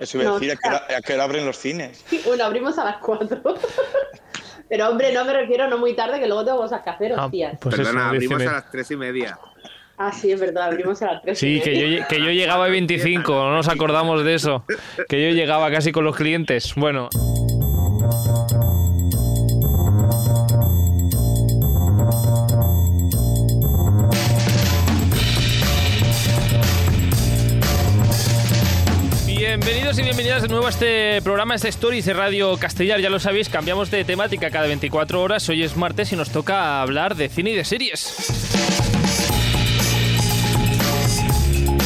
Eso iba a decir, ¿a qué, hora, a qué hora abren los cines? Bueno, abrimos a las 4. Pero hombre, no me refiero no muy tarde, que luego tengo cosas que hacer, Ah, hostias. pues eso, Perdona, diez y abrimos media. a las tres y media. Ah, sí, es verdad, abrimos a las 3. Sí, que yo, lle- que yo llegaba a 25, no nos acordamos de eso. Que yo llegaba casi con los clientes. Bueno. Bienvenidos y bienvenidas de nuevo a este programa, a este Stories de Radio Castellar. Ya lo sabéis, cambiamos de temática cada 24 horas. Hoy es martes y nos toca hablar de cine y de series.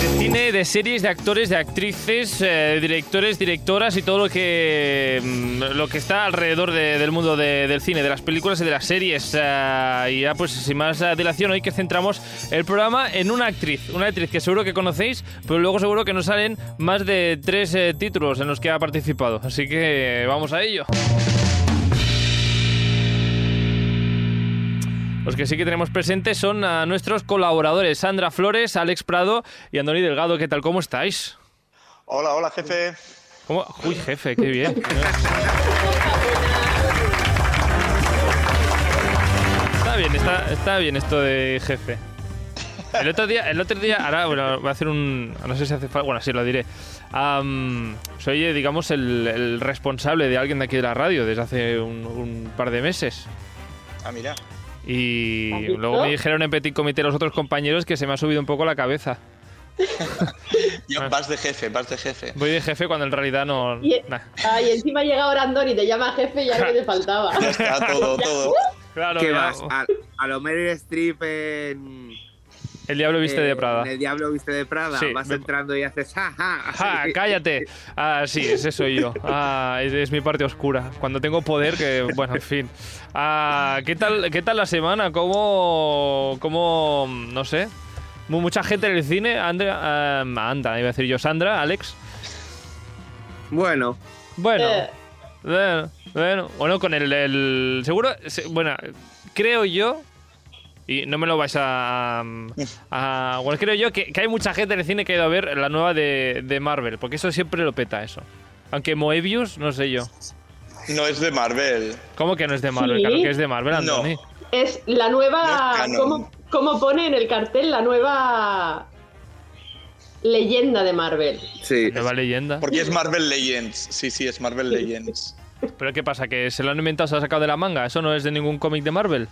De cine, de series, de actores, de actrices, eh, directores, directoras y todo lo que mm, lo que está alrededor de- del mundo de- del cine, de las películas y de las series. Ah, y ya pues sin más ah, dilación hoy que centramos el programa en una actriz, una actriz que seguro que conocéis, pero luego seguro que nos salen más de tres eh, títulos en los que ha participado. Así que eh, vamos a ello. Los que sí que tenemos presentes son a nuestros colaboradores, Sandra Flores, Alex Prado y Andoni Delgado. ¿Qué tal? ¿Cómo estáis? Hola, hola, jefe. ¿Cómo? Uy, jefe, qué bien. está bien, está, está bien esto de jefe. El otro día, el otro día, ahora bueno, voy a hacer un, no sé si hace falta, bueno, sí lo diré. Am, soy, eh, digamos, el, el responsable de alguien de aquí de la radio desde hace un- un par de meses. Ah, mira. ¿Has Y visto? luego me dijeron en petit comité los otros compañeros que se me ha subido un poco la cabeza. Yo, vas de jefe, vas de jefe. Voy de jefe cuando en realidad no... Y, nah. ah, y encima llega ahora Andoni, te llama jefe y ya lo que te faltaba. Ya está todo, todo. Claro, ¿Qué ya- vas? A, a lo Meryl Streep en. el diablo viste eh, de Prada. en el Diablo Viste de Prada. Sí, Vas me- entrando y haces. ¡Ja, ja! ¡Ja, cállate! Ah, sí, ese soy yo. Ah, es, es mi parte oscura. Cuando tengo poder, que... Bueno, en fin. Ah, ¿qué, tal, ¿Qué tal la semana? ¿Cómo... cómo no sé. Mu- Mucha gente en el cine. Andra, ah, anda, iba a decir yo. Sandra, Alex. Bueno, Bueno. Eh, Bueno, bueno, bueno, con el, el- seguro, se- bueno, creo yo y no me lo vais a, a- bueno, creo yo que, que hay mucha gente en el cine que ha ido a ver la nueva de, de Marvel, porque eso siempre lo peta eso. Aunque Moebius, no sé yo. No es de Marvel. ¿Cómo que no es de Marvel? Sí. Claro que es de Marvel, No. Anthony. es la nueva. No es canon. ¿cómo, cómo pone en el cartel la nueva leyenda de Marvel? sí. Nueva leyenda. Porque es Marvel Legends. Sí, sí, es Marvel Legends. ¿Pero qué pasa? ¿Que se lo han inventado, se lo han sacado de la manga? ¿Eso no es de ningún cómic de Marvel?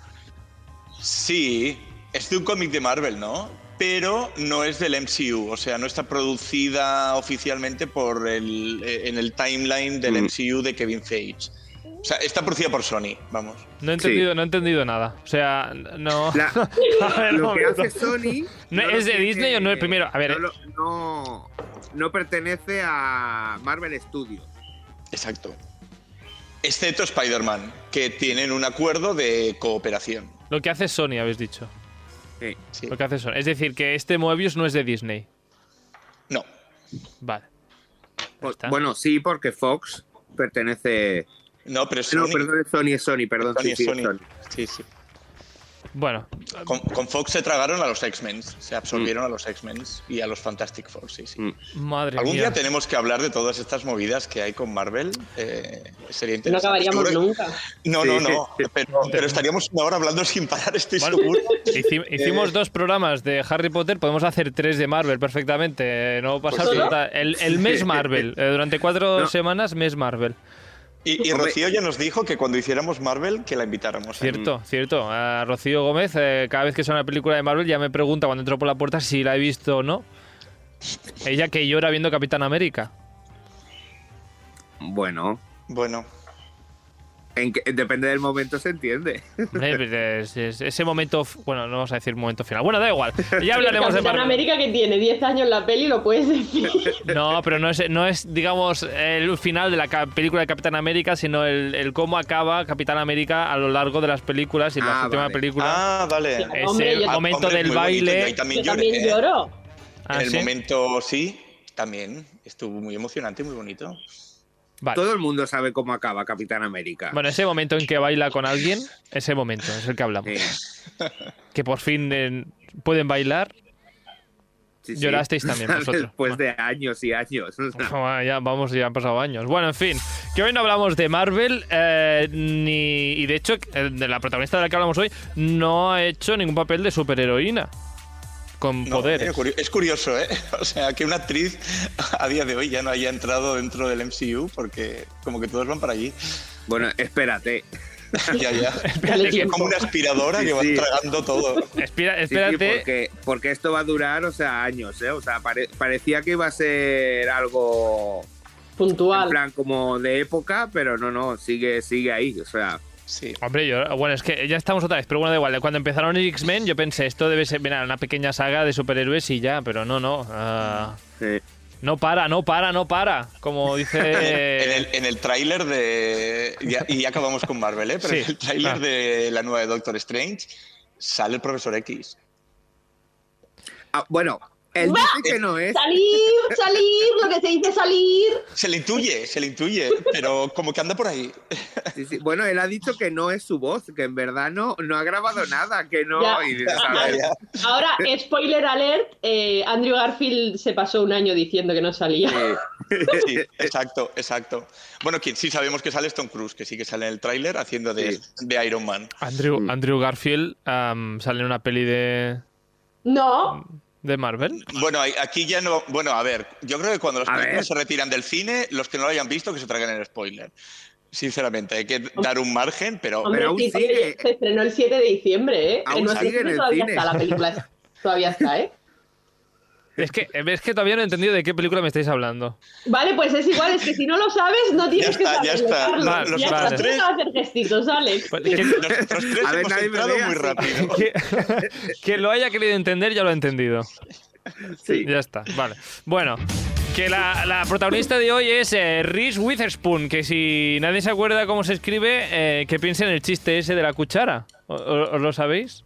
Sí, es de un cómic de Marvel, ¿no? Pero no es del MCU, o sea, no está producida oficialmente por el, eh, en el timeline del Mm. MCU de Kevin Feige. O sea, está producida por Sony, vamos. No he Sí. entendido, no he entendido nada. O sea, no... La- A ver, un lo que momento. hace Sony. No, lo ¿es de tiene- Disney o no es primero? A ver, eh. No, lo- no, no pertenece a Marvel Studios. Exacto. Excepto Spider-Man, que tienen un acuerdo de cooperación. Lo que hace Sony, habéis dicho. Sí. Sí. Lo que hace Sony. Es decir, que este Moebius no es de Disney. No, Vale. Pues, está. Bueno, sí, porque Fox pertenece. no, pero Sony. No, perdón, es Sony, es Sony, perdón. Sony, sí, sí, es Sony. Sony. Sí, sí. Bueno, Con, con Fox se tragaron a los X-Men, se absorbieron a los X-Men y a los Fantastic Four, sí, sí. Mm. madre Algún mía. día tenemos que hablar de todas estas movidas que hay con Marvel. eh, sería interesante. No acabaríamos Seguro- nunca. No, no, no. Sí. Pero, pero estaríamos una hora hablando sin parar, estoy Bueno, seguro. hici- hicimos Eh. dos programas de Harry Potter, podemos hacer tres de Marvel perfectamente. eh, No pasar Pues sí. nada. el, el mes Marvel. eh, Durante cuatro No. semanas, mes Marvel. Y, y Hombre. Rocío ya nos dijo que cuando hiciéramos Marvel, que la invitáramos. Cierto, cierto. A Rocío Gómez, eh, cada vez que sale una película de Marvel, ya me pregunta cuando entro por la puerta si la he visto o no. Ella que llora viendo Capitán América. Bueno, Bueno, en que- depende del momento, se entiende. Hombre, pues, es- es- ese momento, f- bueno, no vamos a decir momento final. Bueno, da igual. Ya hablaremos de Capitán Marvel. América que tiene 10 años la peli, lo puedes decir. No, pero no es, no es, digamos, el final de la ca- película de Capitán América, sino el, el cómo acaba Capitán América a lo largo de las películas y la Ah, última vale. película. ah, vale. Sí, es hombre, el yo- Ah, momento hombre, del muy bonito, baile. yo ahí también Yo lloré, también ¿eh? lloro. Ah, en el ¿sí? momento, sí, también. Estuvo muy emocionante, muy bonito. Vale. Todo el mundo sabe cómo acaba Capitán América. Bueno, ese momento en que baila con alguien, ese momento es el que hablamos. Sí. Que por fin eh, pueden bailar. sí, sí. Llorasteis también vosotros. Después de años y años. o sea, Bueno, ya Ah. vamos, ya han pasado años. Bueno, en fin, que hoy no hablamos de Marvel, eh, ni, y de hecho, eh, de la protagonista de la que hablamos hoy no ha hecho ningún papel de superheroína con No, poderes. era curio- Es curioso, ¿eh? O sea, que una actriz a día de hoy ya no haya entrado dentro del MCU porque como que todos van para allí. Bueno, espérate. Ya, ya. Dale Es tiempo. como una aspiradora Sí, que va sí. tragando todo. Espera- Sí, sí, espérate, porque, porque esto va a durar, o sea, años, ¿eh? O sea, pare- parecía que iba a ser algo en Puntual. plan como de época, pero no, no, sigue, sigue ahí. O sea, Sí. Hombre, yo, bueno, es que ya estamos otra vez, pero bueno, da igual. Cuando empezaron X-Men, yo pensé, esto debe ser mira, una pequeña saga de superhéroes y ya, pero no, no. ah, sí. no para, no para, no para. Como En dice. el, en el tráiler de... ya- y ya acabamos con Marvel, ¿eh? Pero Sí, ah. en el tráiler claro. de la nueva de Doctor Strange sale el Profesor X. Ah, bueno, él dice que no ¿eh? es. Salir, salir, lo que se dice salir. Se le intuye, se le intuye, pero como que anda por ahí. Sí, sí. Bueno, él ha dicho que no es su voz, que en verdad no, no ha grabado nada, que no. Ya. Y dices, a Ah, ver, Ahora, spoiler alert, eh, Andrew Garfield se pasó un año diciendo que no salía. eh, Sí, exacto, exacto. Bueno, quien sí sabemos que sale es Tom Cruise, que sí que sale en el tráiler haciendo de, Sí. de Iron Man. Andrew, Andrew Garfield am, sale en una peli de, No, de Marvel. Bueno, ahí- aquí ya no. Bueno, a ver, yo creo que cuando los A películas ver. se retiran del cine, los que no lo hayan visto, que se traigan el spoiler. Sinceramente, hay que dar un margen, pero. hombre, aún sí, sigue. oye, se estrenó el 7 de diciembre, ¿eh? Aún no sé sigue en si el todavía cine. está la película. Todavía está, ¿eh? Es que, eh, es que todavía no he entendido de qué película me estáis hablando. Vale, pues es igual, es que si no lo sabes, no Ya tienes que está, saberlo. ya está. Carlos. Vale, ya está, vale. tú no vas a hacer gestitos, Alex. Pues Que, Nosotros tres A ver, hemos nadie me entrado vea, muy sí. rápido. que- que lo haya querido entender, ya lo ha entendido. sí. Ya está, vale. Bueno, que la, la protagonista de hoy es eh, Reese Witherspoon, que si nadie se acuerda cómo se escribe, eh, que piense en el chiste ese de la cuchara. ¿O- o- ¿Os lo sabéis?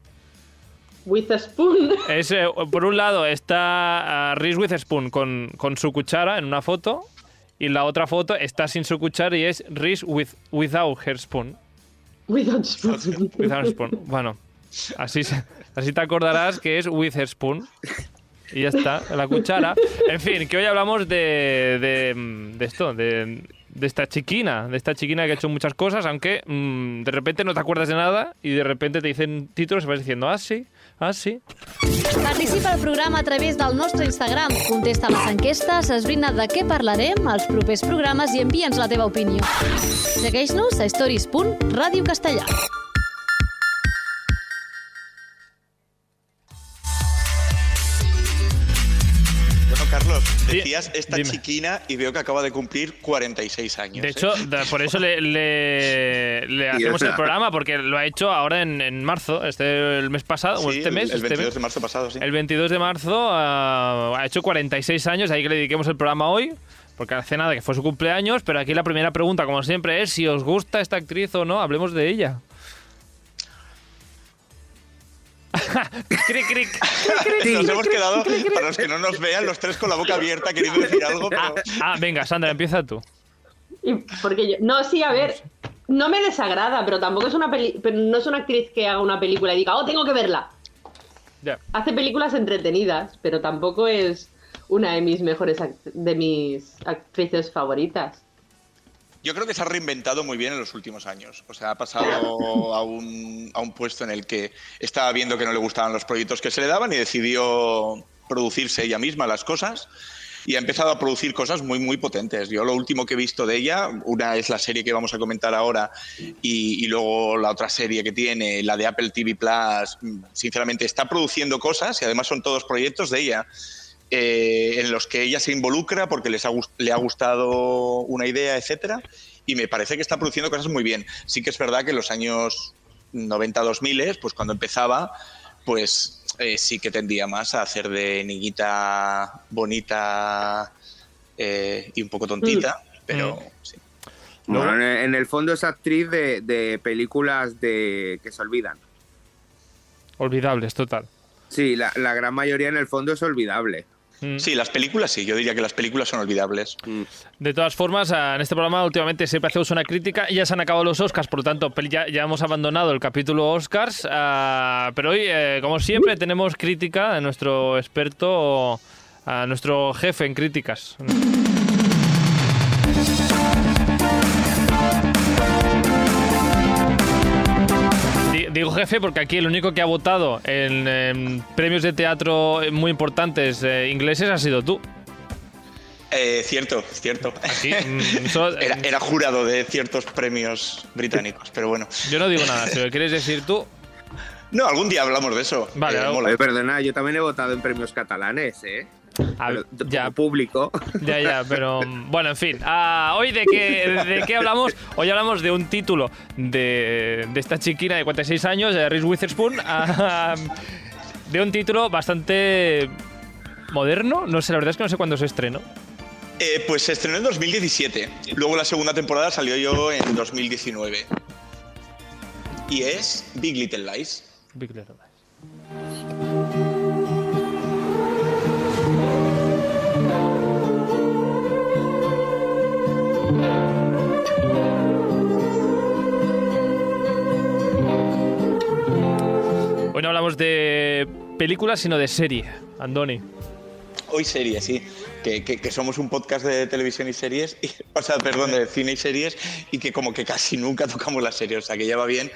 With a spoon. Es, eh, por un lado está ah, Reese Witherspoon con, con su cuchara en una foto, y la otra foto está sin su cuchara y es Reese with, without her spoon. Without spoon. Without spoon. Bueno, así, se- así te acordarás que es Witherspoon. Y ya está, la cuchara. En fin, que hoy hablamos de, de, mm, de esto, de, de esta chiquina, de esta chiquina que ha hecho muchas cosas, aunque mm, de repente no te acuerdas de nada y de repente te dicen títulos y vas diciendo, ah, sí, ah, sí. Participa al programa a través del nostre Instagram. Contesta les enquestes, esbrina de què parlarem als propers programes i envia'ns la teva opinió. Segueix-nos a stories.radiocastellà. Castellà. Bueno, Carlos, Sí, decías esta dime. chiquina y veo que acaba de cumplir 46 años. De ¿eh? hecho, da- por eso le, le- le hacemos el programa, porque lo ha hecho ahora en, en marzo, este, el mes pasado, o Sí, este mes. el, el este 22 mes. de marzo pasado, sí. El 22 de marzo ah, ha hecho 46 años, ahí que le dediquemos el programa hoy, porque hace nada que fue su cumpleaños, pero aquí la primera pregunta, como siempre, es si os gusta esta actriz o no, hablemos de ella. cric, cric. Nos hemos quedado, para los que no nos vean, los tres con la boca abierta queriendo decir algo, pero Ah, venga, Sandra, empieza tú. Y Porque yo, no, sí, a ver, no me desagrada, pero tampoco es una peli, pero no es una actriz que haga una película y diga, oh, tengo que verla. Ya. Hace películas entretenidas, pero tampoco es una de mis mejores act- de mis actrices favoritas. yo creo que se ha reinventado muy bien en los últimos años. O sea, ha pasado a un, a un puesto en el que estaba viendo que no le gustaban los proyectos que se le daban y decidió producirse ella misma las cosas. Y ha empezado a producir cosas muy, muy potentes. Yo lo último que he visto de ella, una es la serie que vamos a comentar ahora y, y luego la otra serie que tiene, la de Apple TV Plus, mm, sinceramente está produciendo cosas y además son todos proyectos de ella. eh, en los que ella se involucra porque les ha gus- le ha gustado una idea, etcétera, y me parece que está produciendo cosas muy bien. Sí que es verdad que en los años 90-2000, pues cuando empezaba, pues eh, sí que tendía más a hacer de niñita bonita eh, y un poco tontita, pero sí. Bueno, en el- en el fondo es actriz de, de películas de que se olvidan. Olvidables, total. Sí, la, la gran mayoría en el fondo es olvidable. Mm. Sí, las películas sí, yo diría que las películas son olvidables. De todas formas, a- en este programa últimamente siempre hacemos una crítica. Ya se han acabado los Oscars, por lo tanto, peli- ya, ya hemos abandonado el capítulo Oscars. ah, pero hoy, eh, como siempre, tenemos crítica de nuestro experto, a nuestro jefe en críticas. Di- Digo jefe porque aquí el único que ha votado en, em, premios de teatro muy importantes eh, ingleses ha sido tú. Eh, cierto, cierto. Sí, mm, solo- Era, era jurado de ciertos premios británicos, pero bueno. Yo no digo nada, si lo quieres decir tú. No, algún día hablamos de eso. Eh, Vale, algo- mola. Oye, perdona, yo también he votado en premios catalanes, ¿eh? A ver, Pero, ya. como público. Ya, ya, pero mm, bueno, en fin. Ah, hoy de qué, de qué hablamos? Hoy hablamos de un título de, de esta chiquina de 46 años, de Reese Witherspoon, ah, de un título bastante moderno. No sé, la verdad es que no sé cuándo se estrenó. Eh, pues se estrenó en 2017. Luego la segunda temporada salió yo en 2019. Y es Big Little Lies. Big Little Lies. Hoy no hablamos de película, sino de serie, Andoni. Hoy serie, sí. Que, que- que somos un podcast de televisión y series, y- o sea, perdón, de cine y series, y que como que casi nunca tocamos la serie, o sea, que ya va bien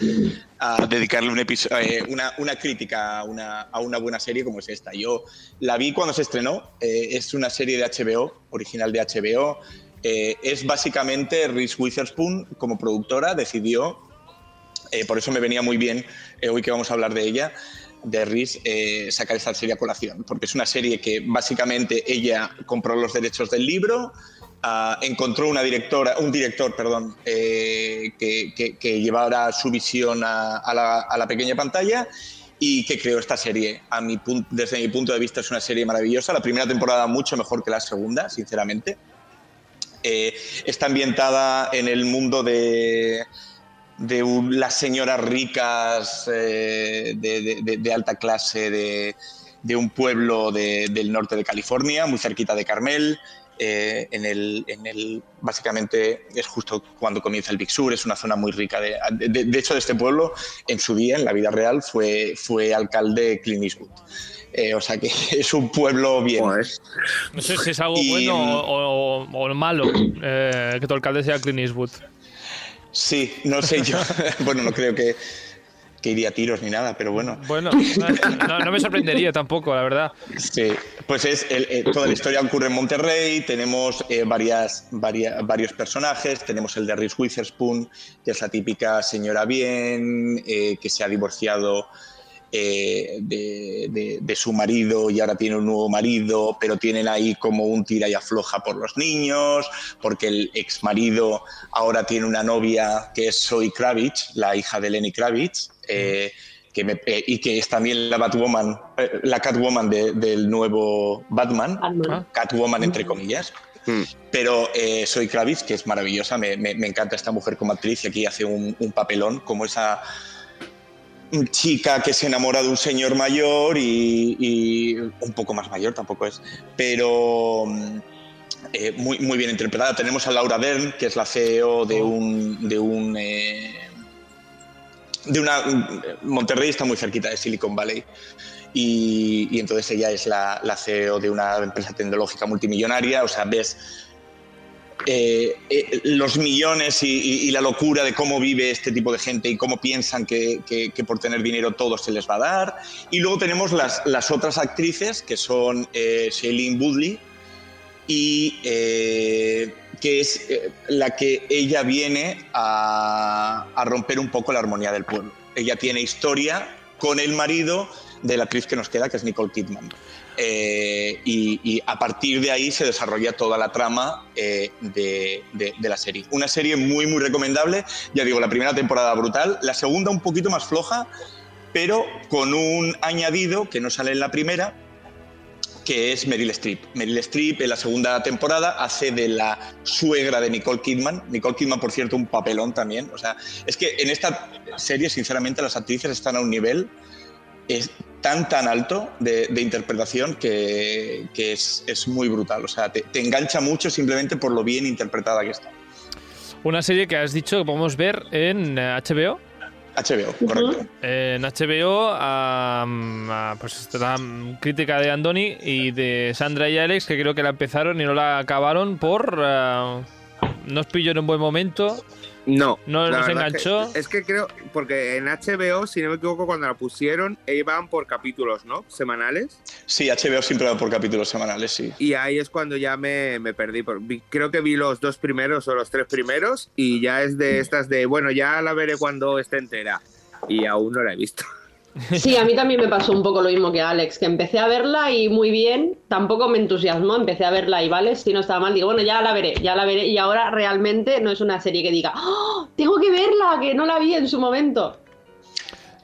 a dedicarle un episo- eh, una, una crítica a una, a una buena serie como es esta. Yo la vi cuando se estrenó, eh, es una serie de HBO, original de HBO, eh, es básicamente Reese Witherspoon como productora decidió eh, por eso me venía muy bien eh, hoy que vamos a hablar de ella, de Riz, eh, sacar esta serie a colación, porque es una serie que básicamente ella compró los derechos del libro, ah, encontró una directora, un director perdón, eh, que, que- que llevara su visión a, a la, a la pequeña pantalla y que creó esta serie. A mi pun- desde mi punto de vista es una serie maravillosa, la primera temporada mucho mejor que la segunda, sinceramente. Eh, está ambientada en el mundo de, de un- las señoras ricas eh, de, de- de- de alta clase de, de un pueblo de- del norte de California, muy cerquita de Carmel. eh, en, el, en el- básicamente es justo cuando comienza el Big Sur, es una zona muy rica. De, de- de hecho, de este pueblo, en su día, en la vida real, fue, fue alcalde Clint Eastwood. Eh, o sea que es un pueblo bien. Joder. No sé si es algo Y- bueno o, o- o malo eh, que tu alcalde sea Clint Eastwood. Sí, no sé yo. bueno, no creo que, que iría a tiros ni nada, pero bueno. Bueno, no, no me sorprendería tampoco, la verdad. Sí, pues es el- eh, toda la historia ocurre en Monterrey, tenemos eh, varias, varia- varios personajes, tenemos el de Reese Witherspoon, que es la típica señora bien, eh, que se ha divorciado eh, de, de- de su marido y ahora tiene un nuevo marido, pero tienen ahí como un tira y afloja por los niños, porque el ex marido ahora tiene una novia que es Zoe Kravitz, la hija de Lenny Kravitz, eh, que me- eh, y que es también la Batwoman, eh, la Catwoman de- del nuevo Batman, Ah. Batman. Catwoman entre comillas. Mm. Pero eh, soy Kravitz, que es maravillosa, me, me- me encanta esta mujer como actriz y aquí hace un, un papelón como esa chica que se enamora de un señor mayor y, y un poco más mayor tampoco es, pero mm, eh, muy, muy bien interpretada. Tenemos a Laura Dern, que es la CEO de un... De un eh, de una, Monterrey está muy cerquita de Silicon Valley y, y entonces ella es la, la CEO de una empresa tecnológica multimillonaria, o sea, ves eh, eh, los millones y, y- y la locura de cómo vive este tipo de gente y cómo piensan que, que- que por tener dinero todo se les va a dar. Y luego tenemos las, las otras actrices, que son eh, Shailene Woodley y... eh, que es eh, la que ella viene a, a romper un poco la armonía del pueblo. Ella tiene historia con el marido de la actriz que nos queda, que es Nicole Kidman. Eh, y, y a partir de ahí se desarrolla toda la trama eh, de, de- de la serie. Una serie muy, muy recomendable. Ya digo, la primera temporada brutal, la segunda un poquito más floja, pero con un añadido que no sale en la primera, que es Meryl Streep. Meryl Streep en la segunda temporada hace de la suegra de Nicole Kidman. Nicole Kidman, por cierto, un papelón también. O sea, es que en esta serie, sinceramente, las actrices están a un nivel es tan, tan alto de, de interpretación que, que es, es muy brutal. O sea, te, te engancha mucho simplemente por lo bien interpretada que está. Una serie que has dicho que podemos ver en eh, HBO. HBO, correcto. Eh, En HBO, ah, mm, ah, pues está la mm, crítica de Andoni y de Sandra y Alex, que creo que la empezaron y no la acabaron por. ah, no os pilló en un buen momento. No, No la nos verdad enganchó. que- es que creo, porque en HBO, si no me equivoco, cuando la pusieron, iban por capítulos, ¿no? Semanales. Sí, HBO siempre va por capítulos semanales, sí. Y ahí es cuando ya me, me perdí. por- vi- creo que vi los dos primeros o los tres primeros y ya es de estas de, bueno, ya la veré cuando esté entera. Y aún no la he visto. Sí, a mí también me pasó un poco lo mismo que a Alex, que empecé a verla y muy bien, tampoco me entusiasmó, empecé a verla y vale, si no estaba mal, digo, bueno, ya la veré, ya la veré, y ahora realmente no es una serie que diga, ¡Oh, tengo que verla, que no la vi en su momento.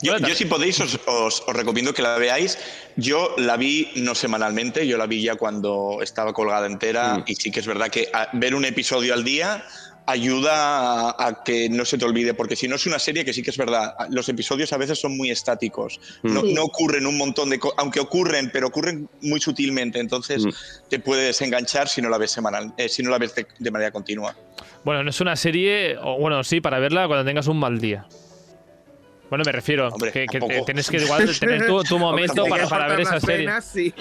Yo, Bueno, yo, si podéis, os, os- os recomiendo que la veáis. Yo la vi no semanalmente, yo la vi ya cuando estaba colgada entera y sí que es verdad que a- ver un episodio al día ayuda a, a que no se te olvide, porque si no es una serie que sí que es verdad, a- los episodios a veces son muy estáticos, no, Sí. no ocurren un montón de cosas, aunque ocurren, pero ocurren muy sutilmente, entonces Mm. te puedes enganchar si no la ves semanal, eh, si no la ves de- de manera continua. Bueno, no es una serie. O, bueno, sí, para verla cuando tengas un mal día. Bueno, me refiero. Hombre, que, que tampoco. tienes que igual tener tu, tu momento Aunque para, tengas para ver esa otras serie. penas, sí.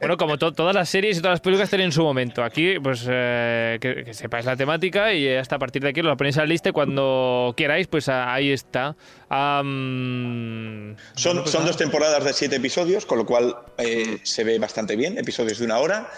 Bueno, como to- todas las series y todas las películas tienen su momento. Aquí, pues, eh, que, que sepáis la temática y eh, hasta a partir de aquí lo ponéis al lista y cuando queráis, pues a- ahí está. Am, bueno, Son, pues son nada. dos temporadas de siete episodios, con lo cual eh, se ve bastante bien, episodios de una hora.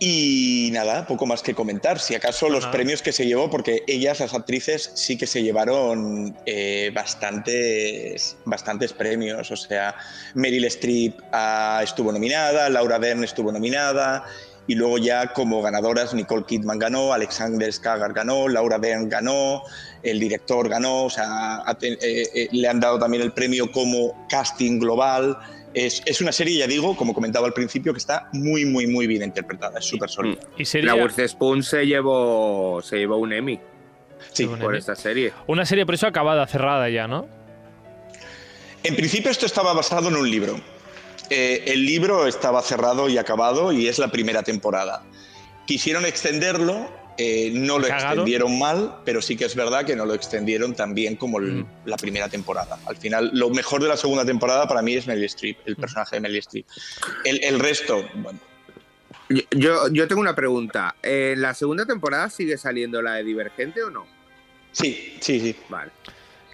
Y nada, poco más que comentar. Si acaso los Ajá. premios que se llevó, porque ellas, las actrices, sí que se llevaron eh, bastantes, bastantes premios. O sea, Meryl Streep ah, estuvo nominada, Laura Dern estuvo nominada. Y luego ya como ganadoras, Nicole Kidman ganó, Alexander Skagar ganó, Laura Dern ganó, el director ganó, o sea, ha ten- eh, eh, le han dado también el premio como casting global. Es, es una serie, ya digo, como comentaba al principio, que está muy, muy, muy bien interpretada, es súper sólida. Y La sería Witherspoon se llevó, se llevó un Emmy Sí. Un por Emmy. esta serie. una serie por eso acabada, cerrada ya, ¿no? En principio esto estaba basado en un libro. Eh, el libro estaba cerrado y acabado y es la primera temporada. Quisieron extenderlo, eh, no lo Cagado. extendieron mal, pero sí que es verdad que no lo extendieron tan bien como Mm. el- la primera temporada. Al final, lo mejor de la segunda temporada para mí es Meryl Streep, Mm. el personaje de Meryl Streep. El, el resto, bueno, Yo- Yo, yo tengo una pregunta. ¿En la segunda temporada sigue saliendo la de Divergente o no? sí, sí, sí. Vale.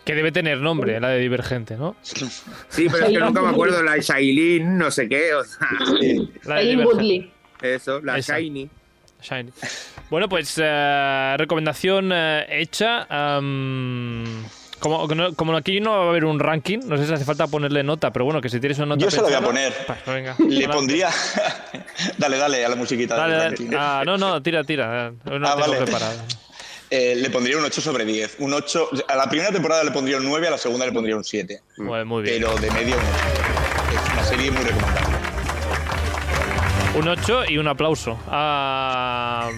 Que debe tener nombre, la de Divergente, ¿no? Sí, pero es que nunca me acuerdo. La Shailene, no sé qué. O sea, Eh, La de Aileen Divergente. Woodley. eso, la Esa. Shiny. Shiny. Bueno, pues eh, recomendación eh, hecha. am, como, no- como aquí no va a haber un ranking, no sé si hace falta ponerle nota, pero bueno, que si tienes una nota. Yo se la voy a pensada- poner. Pues venga. le Hola. pondría... dale, dale a la musiquita. Dale, del dale. ranking. Ah, no, no, tira, tira. No lo Ah, tengo vale. preparado. Eh, le pondría un 8 sobre 10. Un 8, a la primera temporada le pondría un 9, a la segunda le pondría un 7. Bueno, muy bien. Pero de medio no. Es una serie muy recomendable. Un 8 y un aplauso. Ah,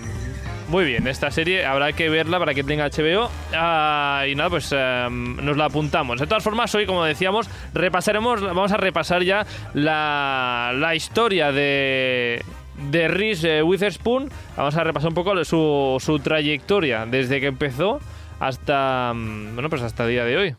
muy bien, esta serie habrá que verla para que tenga HBO. Ah, y nada, pues eh, nos la apuntamos. De todas formas, hoy, como decíamos, repasaremos, vamos a repasar ya la, la historia de, de Reese eh, Witherspoon. Vamos a repasar un poco su, su trayectoria desde que empezó hasta, mm, bueno, pues hasta el día de hoy.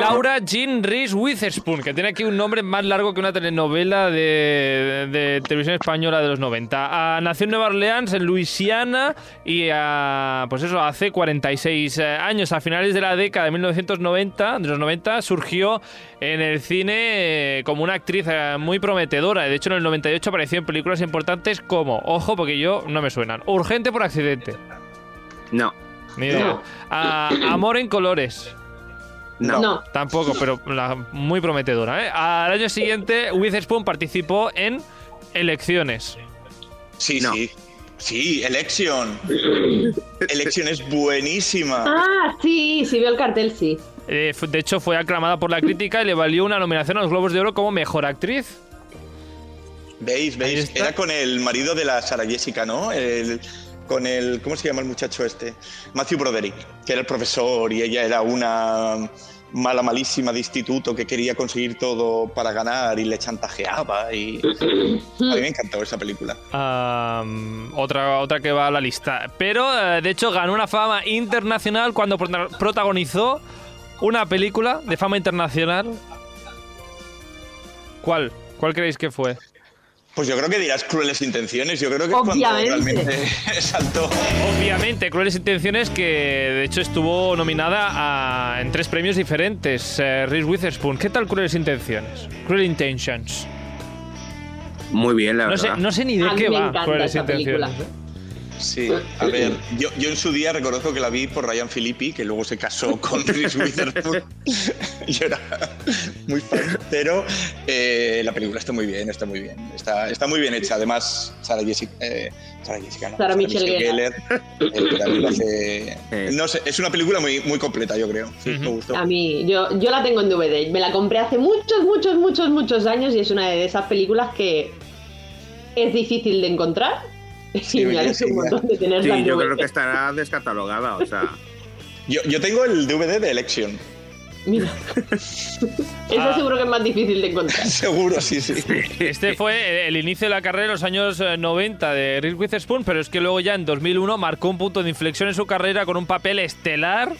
Laura Jean Reese Witherspoon, que tiene aquí un nombre más largo que una telenovela de, de televisión española de los 90. Ah, nació en Nueva Orleans, en Luisiana, y ah, pues eso, hace 46 eh, años, a finales de la década de 1990, de los 90, surgió en el cine eh, como una actriz eh, muy prometedora. De hecho, en el 98 apareció en películas importantes como, ojo, porque yo no me suenan, Urgente por accidente, No, ni idea. No. Ah, Amor en colores. no. No. Tampoco, pero la- muy prometedora. ¿eh? Al año siguiente, Witherspoon participó en elecciones. Sí, No. sí. Sí, Election. Election es buenísima. Ah, sí, sí, veo el cartel, sí. Eh, fu- de hecho, fue aclamada por la crítica y le valió una nominación a los Globos de Oro como mejor actriz. ¿Veis? Ahí ¿Veis? está. Era con el marido de la Sara Jessica, ¿no? El, con el, ¿cómo se llama el muchacho este? Matthew Broderick, que era el profesor y ella era una mala malísima de instituto que quería conseguir todo para ganar y le chantajeaba y a mí me encantó esa película. Am, otra, otra que va a la lista. Pero, eh, de hecho, ganó una fama internacional cuando prota- protagonizó una película de fama internacional. ¿Cuál? ¿Cuál creéis que fue? Pues yo creo que dirás crueles intenciones, yo creo que es cuando Obviamente. realmente saltó. Obviamente, Crueles Intenciones, que de hecho estuvo nominada a- en tres premios diferentes. Eh, Reese Witherspoon, ¿qué tal Crueles Intenciones? Cruel Intentions. Muy bien, la No sé, verdad. no sé ni de A mí qué me va encanta Crueles esa película. Intenciones. ¿eh? Sí, a ver, yo, yo en su día reconozco que la vi por Ryan Filippi, que luego se casó con Reese Witherspoon. yo era muy fan, pero eh, la película está muy bien, está muy bien. Está, está muy bien hecha. Además, Sara Jessica, eh, Sarah Jessica no, Sarah Sarah Michelle Gellar, eh, que también lo hace- Sí. No sé, es una película muy, muy completa, yo creo. Sí, me gustó. A mí, yo, yo la tengo en DVD. Me la compré hace muchos, muchos, muchos, muchos años y es una de esas películas que es difícil de encontrar. Sí, y me oye, alegro sí, un montón de tenerla Sí, en yo DVD. creo que estará descatalogada, o sea. Yo, yo tengo el DVD de Election, Mira. Esa Ah. seguro que es más difícil de encontrar. seguro, sí, sí. Este fue el inicio de la carrera en los años eh, 90 de Reese Witherspoon, pero es que luego ya en 2001 marcó un punto de inflexión en su carrera con un papel estelar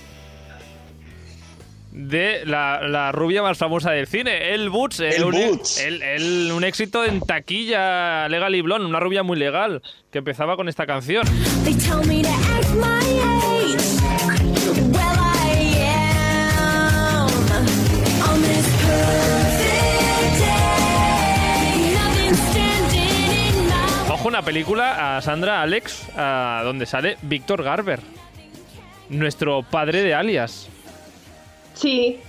de la, la rubia más famosa del cine, El Boots. eh, Elle un, Woods. el- el- un éxito en taquilla, Legal y Blonde, una rubia muy legal, que empezaba con esta canción. They tell me to act my age. Well, I am. On this perfect day, nothing's standing in my Ojo, una película a Sandra Alex, a donde sale Víctor Garber, nuestro padre de alias. Sí,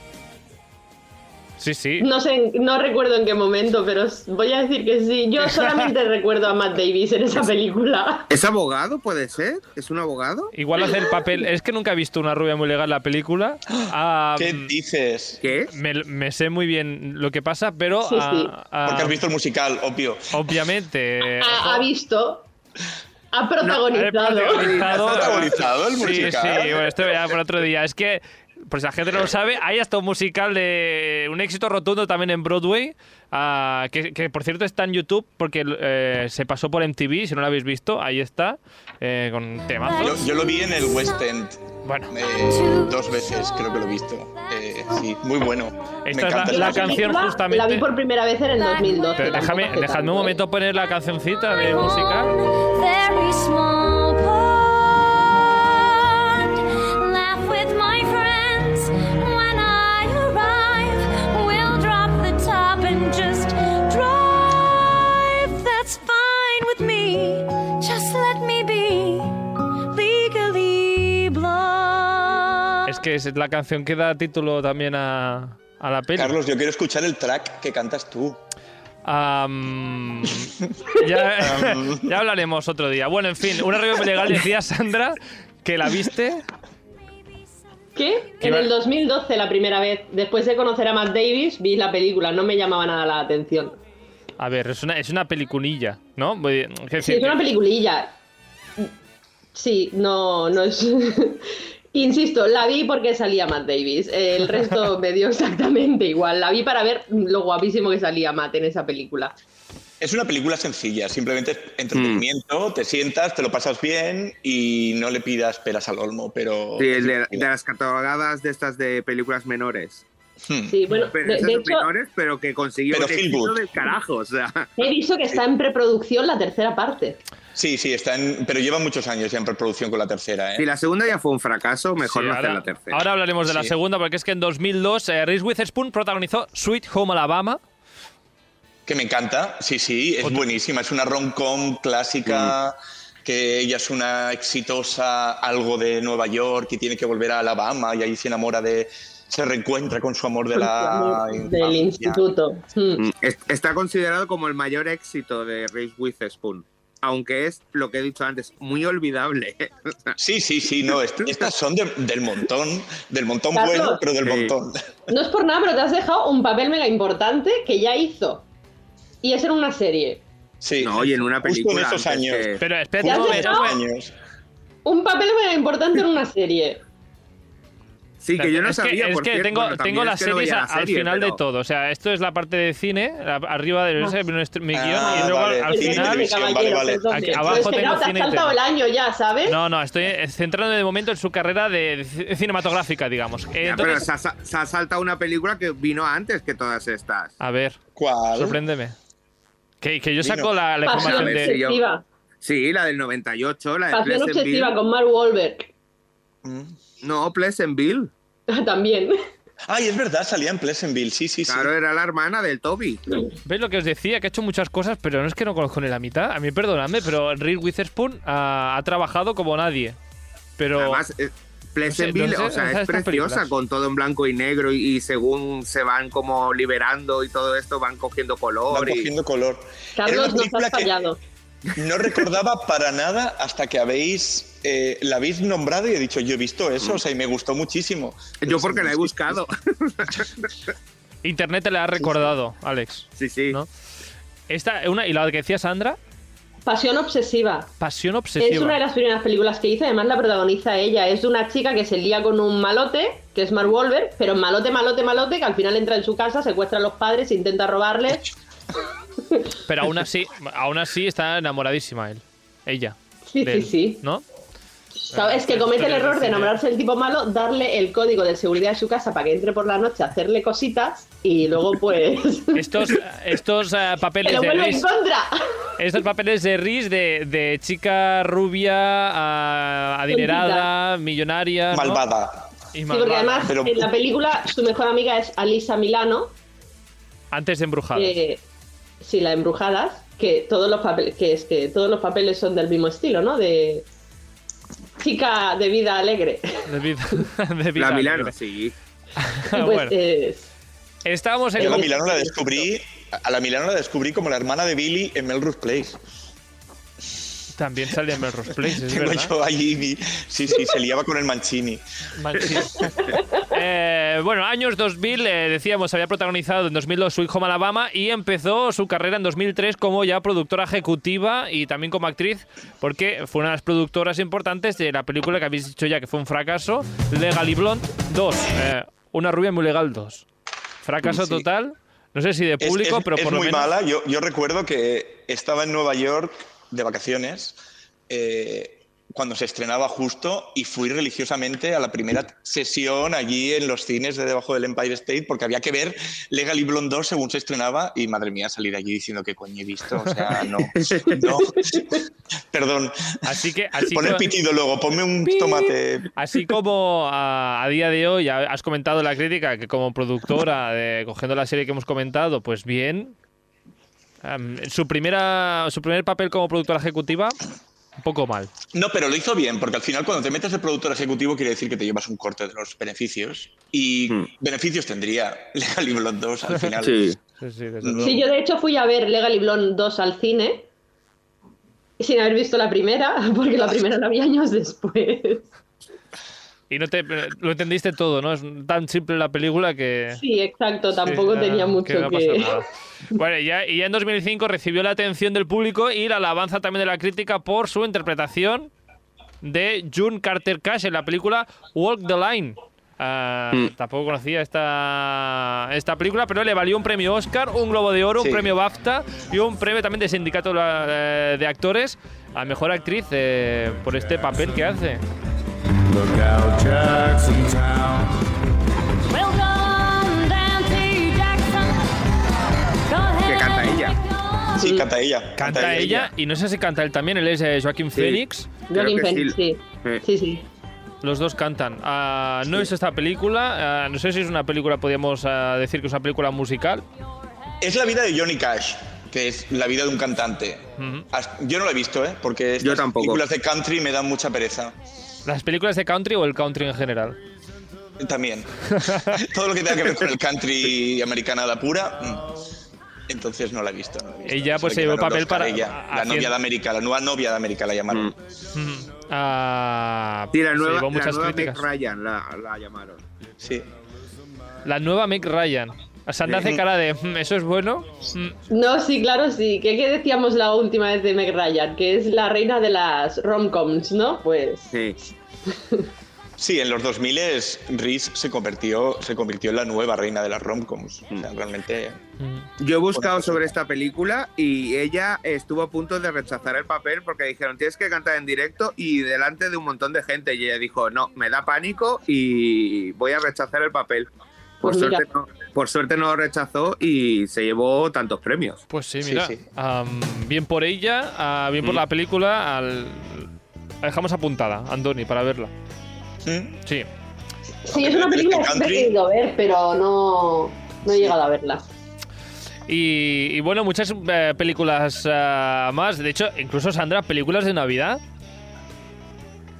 Sí, sí. no sé, en- no recuerdo en qué momento, pero s- voy a decir que sí. Yo solamente recuerdo a Matt Davis en esa película. ¿Es abogado, puede ser? ¿Es un abogado? Igual hace el papel. Es que nunca he visto una rubia muy legal la película. Ah, ¿Qué mm, dices? ¿Qué? me, me sé muy bien lo que pasa, pero Sí, ah, sí. ah, Porque has visto el musical, obvio. obviamente. Eh, ojo, Ha, ha visto, Ah, ha he protagonizado. protagonizado, ¿Has protagonizado el sí, musical? Sí, bueno, esto ya por otro día. Es que, pues la gente no lo sabe, hay hasta un musical de un éxito rotundo también en Broadway, ah, que, que, por cierto está en YouTube porque eh, se pasó por MTV, si no lo habéis visto, ahí está, eh, con Yo, temazos. yo lo vi en el West End Bueno. eh, dos veces, creo que lo he visto. Eh, sí, muy bueno. Me Esta es encanta la esa canción película justamente. La vi por primera vez en el 2012. Pero déjame, tampoco hace dejadme tanto, un ¿eh? momento poner la cancioncita de música. very small pond. Laugh with my friends when I arrive. We'll drop the top and just drive. That's fine with me. Just let me be legally blonde. Es que es la canción que da título también a, a la peli. Carlos, yo quiero escuchar el track que cantas tú. Am, ya, ya hablaremos otro día. Bueno, en fin, una review legal decía Sandra que la viste. ¿Qué? Que en va- el 2012, la primera vez, después de conocer a Matt Davis, vi la película, no me llamaba nada la atención. A ver, es una, es una peliculilla, ¿no? Voy- es Sí, decir, es una peliculilla. Sí, no, no es... Insisto, la vi porque salía Matt Davis. El resto me dio exactamente igual. La vi para ver lo guapísimo que salía Matt en esa película. Es una película sencilla, simplemente es Mm. entretenimiento, te sientas, te lo pasas bien y no le pidas peras al olmo, pero... Sí, el de, de las catalogadas de estas de películas menores. Hmm. Sí, bueno, Pero de, esas de son hecho, menores, pero que consiguió Pero un éxito Hillwood. del carajo, o sea. he visto que está en preproducción la tercera parte. Sí, sí, está en- pero lleva muchos años ya en preproducción con la tercera. ¿eh? Si la segunda ya fue un fracaso, mejor sí, no hacer ahora, la tercera. ahora hablaremos de la Sí. segunda, porque es que en 2002 eh, Reese Witherspoon protagonizó Sweet Home Alabama. Que me encanta, sí, sí, es Otra- buenísima, es una rom-com clásica, Mm. que ella es una exitosa, algo de Nueva York, y tiene que volver a Alabama y ahí se enamora de, se reencuentra con su amor de la... del infancia. instituto. Mm. Mm, es- Está considerado como el mayor éxito de Reese Witherspoon. Aunque es lo que he dicho antes, muy olvidable. Sí, sí, sí, no, est- estas son de- del montón, del montón Carlos. bueno, pero del Sí. montón. No es por nada, pero te has dejado un papel mega importante que ya hizo. Y es en una serie. Sí. No, y en una Justo en película. esos antes años. que- Pero espérate ¿Ya un has Justo en momento. esos dejado? años. un papel muy importante en una serie. Sí, que yo no es sabía. Que, es por que cierto. tengo, Bueno, tengo también las es que no series veía a- la al serie, final pero- de todo. O sea, esto es la parte de cine, la- arriba de ese, mi guión, Ah, y luego vale. al El Cine y final. televisión, vale, vale. entonces. Aquí abajo Pero es que, tengo claro, te cine y has saltado el televisión. año ya, ¿sabes? No, no, estoy eh, centrándome de momento en su carrera de c- cinematográfica, digamos. Eh, Ya, pero Entonces, se, ha- se ha saltado una película que vino antes que todas estas. a ver, ¿Cuál? sorpréndeme. Que, que yo saco Vino. la, la Pasión información Vale, sí, de. yo- obsesiva. Sí, la del 98, la de Pasión Pleasantville. obsesiva con Mark Wahlberg. Mm. No, Pleasantville. También. Ay, es verdad, salía en Pleasantville, sí, sí, sí. Claro, era la hermana del Toby. ¿Veis lo que os decía? Que ha hecho muchas cosas, pero no es que no conozco ni la mitad. A mí, perdonadme, pero Reed Witherspoon ah, ha, ha trabajado como nadie. Pero. Además, eh, Pleasantville, no sé- o sea, no sé es estas preciosa, películas. con todo en blanco y negro y, y según se van como liberando y todo esto, van cogiendo Va color. y- cogiendo color. Era una Carlos, nos película has que fallado. No recordaba para nada hasta que habéis eh, la habéis nombrado y he dicho, yo he visto eso, o sea, y me gustó muchísimo. Yo porque la he buscado. Internet te la ha recordado, Alex. Sí, sí. ¿No? Esta, una, y la que decía Sandra, Pasión obsesiva. Pasión Obsesiva. Es una de las primeras películas que hizo, además la protagoniza ella. Es de una chica que se lía con un malote, que es Mark Wahlberg, pero malote, malote, malote, que al final entra en su casa, secuestra a los padres, intenta robarles. Pero aún así, aún así está enamoradísima él. Ella. Sí, de sí, él, sí. ¿no? ¿Sabes? Que comete el error de enamorarse del tipo malo, darle el código de seguridad de su casa para que entre por la noche a hacerle cositas y luego pues... Estos, estos eh, ¡Que papeles lo de vuelve en Riz, contra! estos papeles de Riz de, de chica rubia, ah, adinerada, millonaria. ¿no? Malvada. Y Sí, porque malvada. además Pero- en la película su mejor amiga es Alisa Milano, Antes de embrujar. que sí, la de embrujadas, que todos los papeles, que es que todos los papeles son del mismo estilo, ¿no? De chica de vida alegre. De vida- de vida La Milano, libre. sí. Pues Bueno, es- estábamos en. Yo Pero- a Milano la descubrí, a la Milano la descubrí como la hermana de Billy en Melrose Place. También sale en Melrose Place, es Tengo verdad. yo allí, mi- sí, sí, se liaba con el Mancini. Manchín. Eh, bueno, años 2000, eh, decíamos, había protagonizado en 2002 Sweet Home Alabama y empezó su carrera en 2003 como ya productora ejecutiva y también como actriz, porque fue una de las productoras importantes de la película que habéis dicho ya que fue un fracaso, Legal y Blonde 2, eh, Una rubia muy legal 2. Fracaso Sí. total, no sé si de Es- público, es- pero es por lo muy menos... mala. Yo, yo recuerdo que estaba en Nueva York de vacaciones eh, cuando se estrenaba justo y fui religiosamente a la primera sesión allí en los cines de debajo del Empire State porque había que ver Legal y Blonde 2 según se estrenaba y madre mía salir de allí diciendo que coño he visto. O sea, no. no. Perdón. Así que... Así Pon el que- pitido luego, ponme un tomate. Así como a, a día de hoy ha- has comentado la crítica, que como productora, de, cogiendo la serie que hemos comentado, pues bien. Am, su, primera, su primer papel como productora ejecutiva, un poco mal. No, pero lo hizo bien, porque al final cuando te metes de productor ejecutivo quiere decir que te llevas un corte de los beneficios. Y Hmm. beneficios tendría Legal y Blonde 2 al final. Sí, sí, desde luego. No. Sí, yo de hecho fui a ver Legally Blonde 2 al cine sin haber visto la primera, porque la primera la vi años después. Y no te, lo entendiste todo, ¿no? Es tan simple la película que... Sí, exacto, tampoco Sí, tenía ah, mucho no que... pasa nada. Bueno, ya, y ya en 2005 recibió la atención del público y la alabanza también de la crítica por su interpretación de June Carter Cash en la película Walk the Line. Ah, Tampoco conocía esta, esta película, pero le valió un premio Oscar, un Globo de Oro, Sí. un premio BAFTA y un premio también de Sindicato eh, de Actores a Mejor Actriz eh, por este papel que hace. Look out, Jackson Town. Well done, Dante Jackson. Go ahead Que canta and ella. make yours. Sí, canta ella. Canta ella y no sé si canta él también, él es eh, Joaquín Phoenix. Creo Joaquin que Phoenix, sí. sí. Eh. Sí, sí. Los dos cantan. Ah, no es esta película. ah, no sé si es una película, podríamos ah, decir que es una película musical. Es la vida de Johnny Cash, que es la vida de un cantante. Ujú. As- Yo no la he visto, ¿eh? Porque Yo estas tampoco. películas de country me dan mucha pereza. ¿Las películas de country o el country en general? También. Todo lo que tenga que ver con el country americanada pura. mm. Entonces no la he visto. no la he visto. Ella, Eso pues, le se llevó quedaron papel Oscar para- a ella. a- la haciendo- novia de América, la nueva novia de América la llamaron. Hmm. Ujú. Ah, Sí, la se nueva, llevó la muchas nueva Meg críticas. Ryan la, la llamaron. Sí. La nueva Meg Ryan. Sandra hace cara de, "Mm, ¿eso es bueno? Mm". No, sí, claro, sí. ¿Qué, qué decíamos la última vez de Meg Ryan? Que es la reina de las romcoms, ¿no? Pues Sí. Sí, en los 2000 Reese se convirtió, se convirtió en la nueva reina de las romcoms. O Mm. sea, realmente. Yo he buscado sobre esta película y ella estuvo a punto de rechazar el papel porque dijeron tienes que cantar en directo y delante de un montón de gente. Y ella dijo, no, me da pánico y voy a rechazar el papel. Por, Pues mira. suerte, no, por suerte no lo rechazó y se llevó tantos premios. Pues sí, Sí, mira. sí. am, bien por ella, ah, bien por Mm. la película. al- La dejamos apuntada, Andoni, para verla. ¿Mm? Sí. sí, es una película que siempre he Country. querido ver, pero no, no he llegado a verla. Y, y bueno, muchas eh, películas ah, más. De hecho, incluso Sandra, películas de Navidad.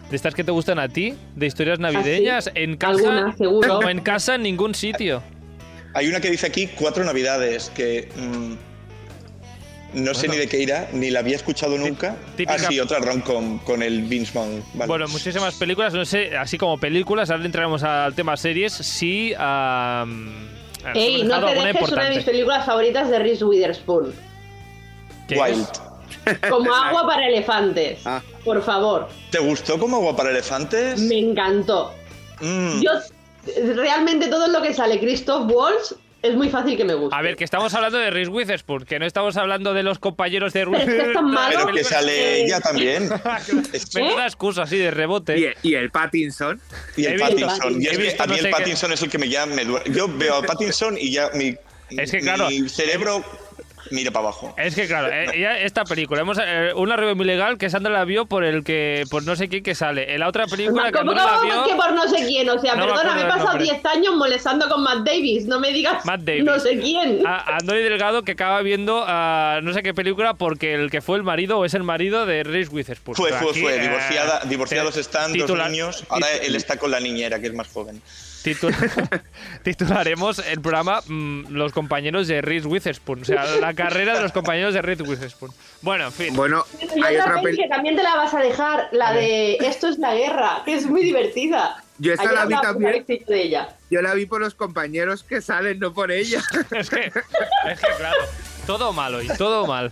De estas que te gustan a ti, de historias navideñas. En casa. Alguna, Ah, seguro. No, en casa, en ningún sitio. Hay una que dice aquí cuatro navidades que. mm, no sé ni de qué irá, ni la había escuchado nunca. típica- Ah, sí, otra romcom con el Vince Vaughn. Vale. Bueno, muchísimas películas, no sé, así como películas, ahora entraremos al tema series, sí... am, nos Ey, hemos no dejado te alguna dejes una de mis películas favoritas de Reese Witherspoon. ¿Qué Wild. es? Como agua para elefantes. Ah. Por favor. ¿Te gustó como agua para elefantes? Me encantó. Mm. Yo realmente todo lo que sale Christoph Waltz es muy fácil que me guste. A ver, que estamos hablando de Reese Witherspoon, que no estamos hablando de los compañeros de Pero es que Reese es tan malo. Pero que sale ella también. Es- Me ¿Eh? da la excusa así de rebote. Y, y el Pattinson. Y el He visto- Pattinson. Y es he que visto a mí no el sé qué- Pattinson es el que me ya me duele. Yo veo a Pattinson y ya mi, Es que, claro, mi cerebro mira para abajo. Es que claro, eh, ya esta película, hemos, eh, una review muy legal que Sandra la vio por el que, por no sé quién que sale. En la otra película que Como Andrés la que vio, por no sé quién, o sea, No me perdona, acuerdo me he del pasado nombre. 10 años molestando con Matt Davis, no me digas Matt Davis. Ah. no sé quién. a Andoni Delgado que acaba viendo ah, no sé qué película porque el que fue el marido o es el marido de Reese Witherspoon. Fue, Pero fue, aquí, fue. eh, Divorciada, divorciados eh, están, titula- dos niños. Ahora titu- él está con la niñera, que es más joven. titu- titularemos el programa mm, Los compañeros de Reese Witherspoon. O sea, la carrera de los compañeros de Reese Witherspoon. Bueno, en fin. Bueno, Y hay otra otra peli que película. también te la vas a dejar, la de Esto es la guerra, que es muy divertida. Yo esta Ayer la vi hablaba también. con Alexis de ella. Yo la vi por los compañeros que salen, no por ella. Es que, es que claro, todo malo y todo mal.